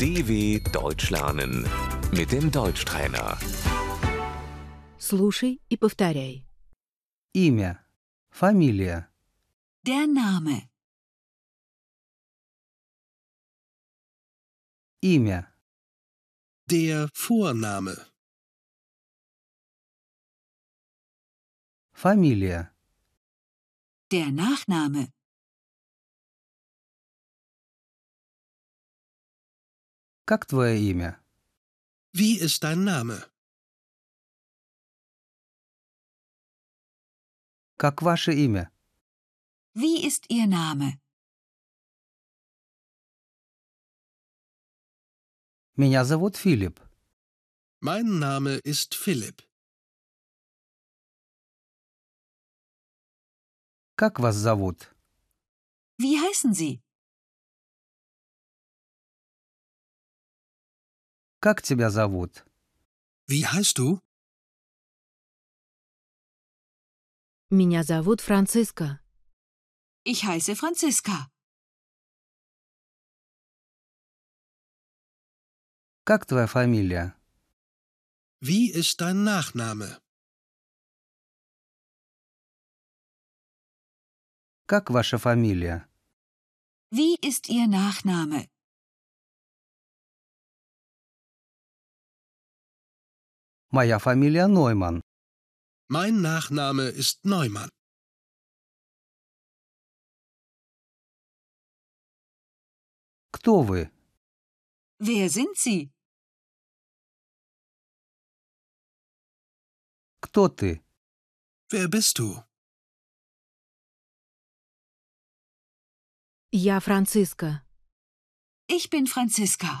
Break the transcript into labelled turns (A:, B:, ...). A: DW Deutsch lernen mit dem Deutschtrainer.
B: Слушай и повторяй.
C: Имя. Фамилия.
B: Der Name.
C: Имя.
D: Der Vorname.
C: Фамилия.
B: Der Nachname.
C: Как твое имя?
D: Wie ist dein Name?
C: Как ваше имя?
B: Wie ist Ihr Name?
C: Меня зовут Филипп.
D: Mein Name ist Philipp.
C: Как вас зовут?
B: Wie heißen Sie?
C: Как тебя зовут?
D: Wie heißt du?
E: Меня зовут Франциска.
B: Ich heiße Franziska.
C: Как твоя фамилия?
D: Wie ist dein Nachname?
C: Как ваша фамилия?
B: Wie ist Ihr Nachname?
C: Моя фамилия Нойман.
D: Mein Nachname ist Neumann.
C: Кто вы?
B: Wer sind Sie?
C: Кто ты?
D: Wer bist du?
E: Я Франциска.
B: Ich bin Franziska.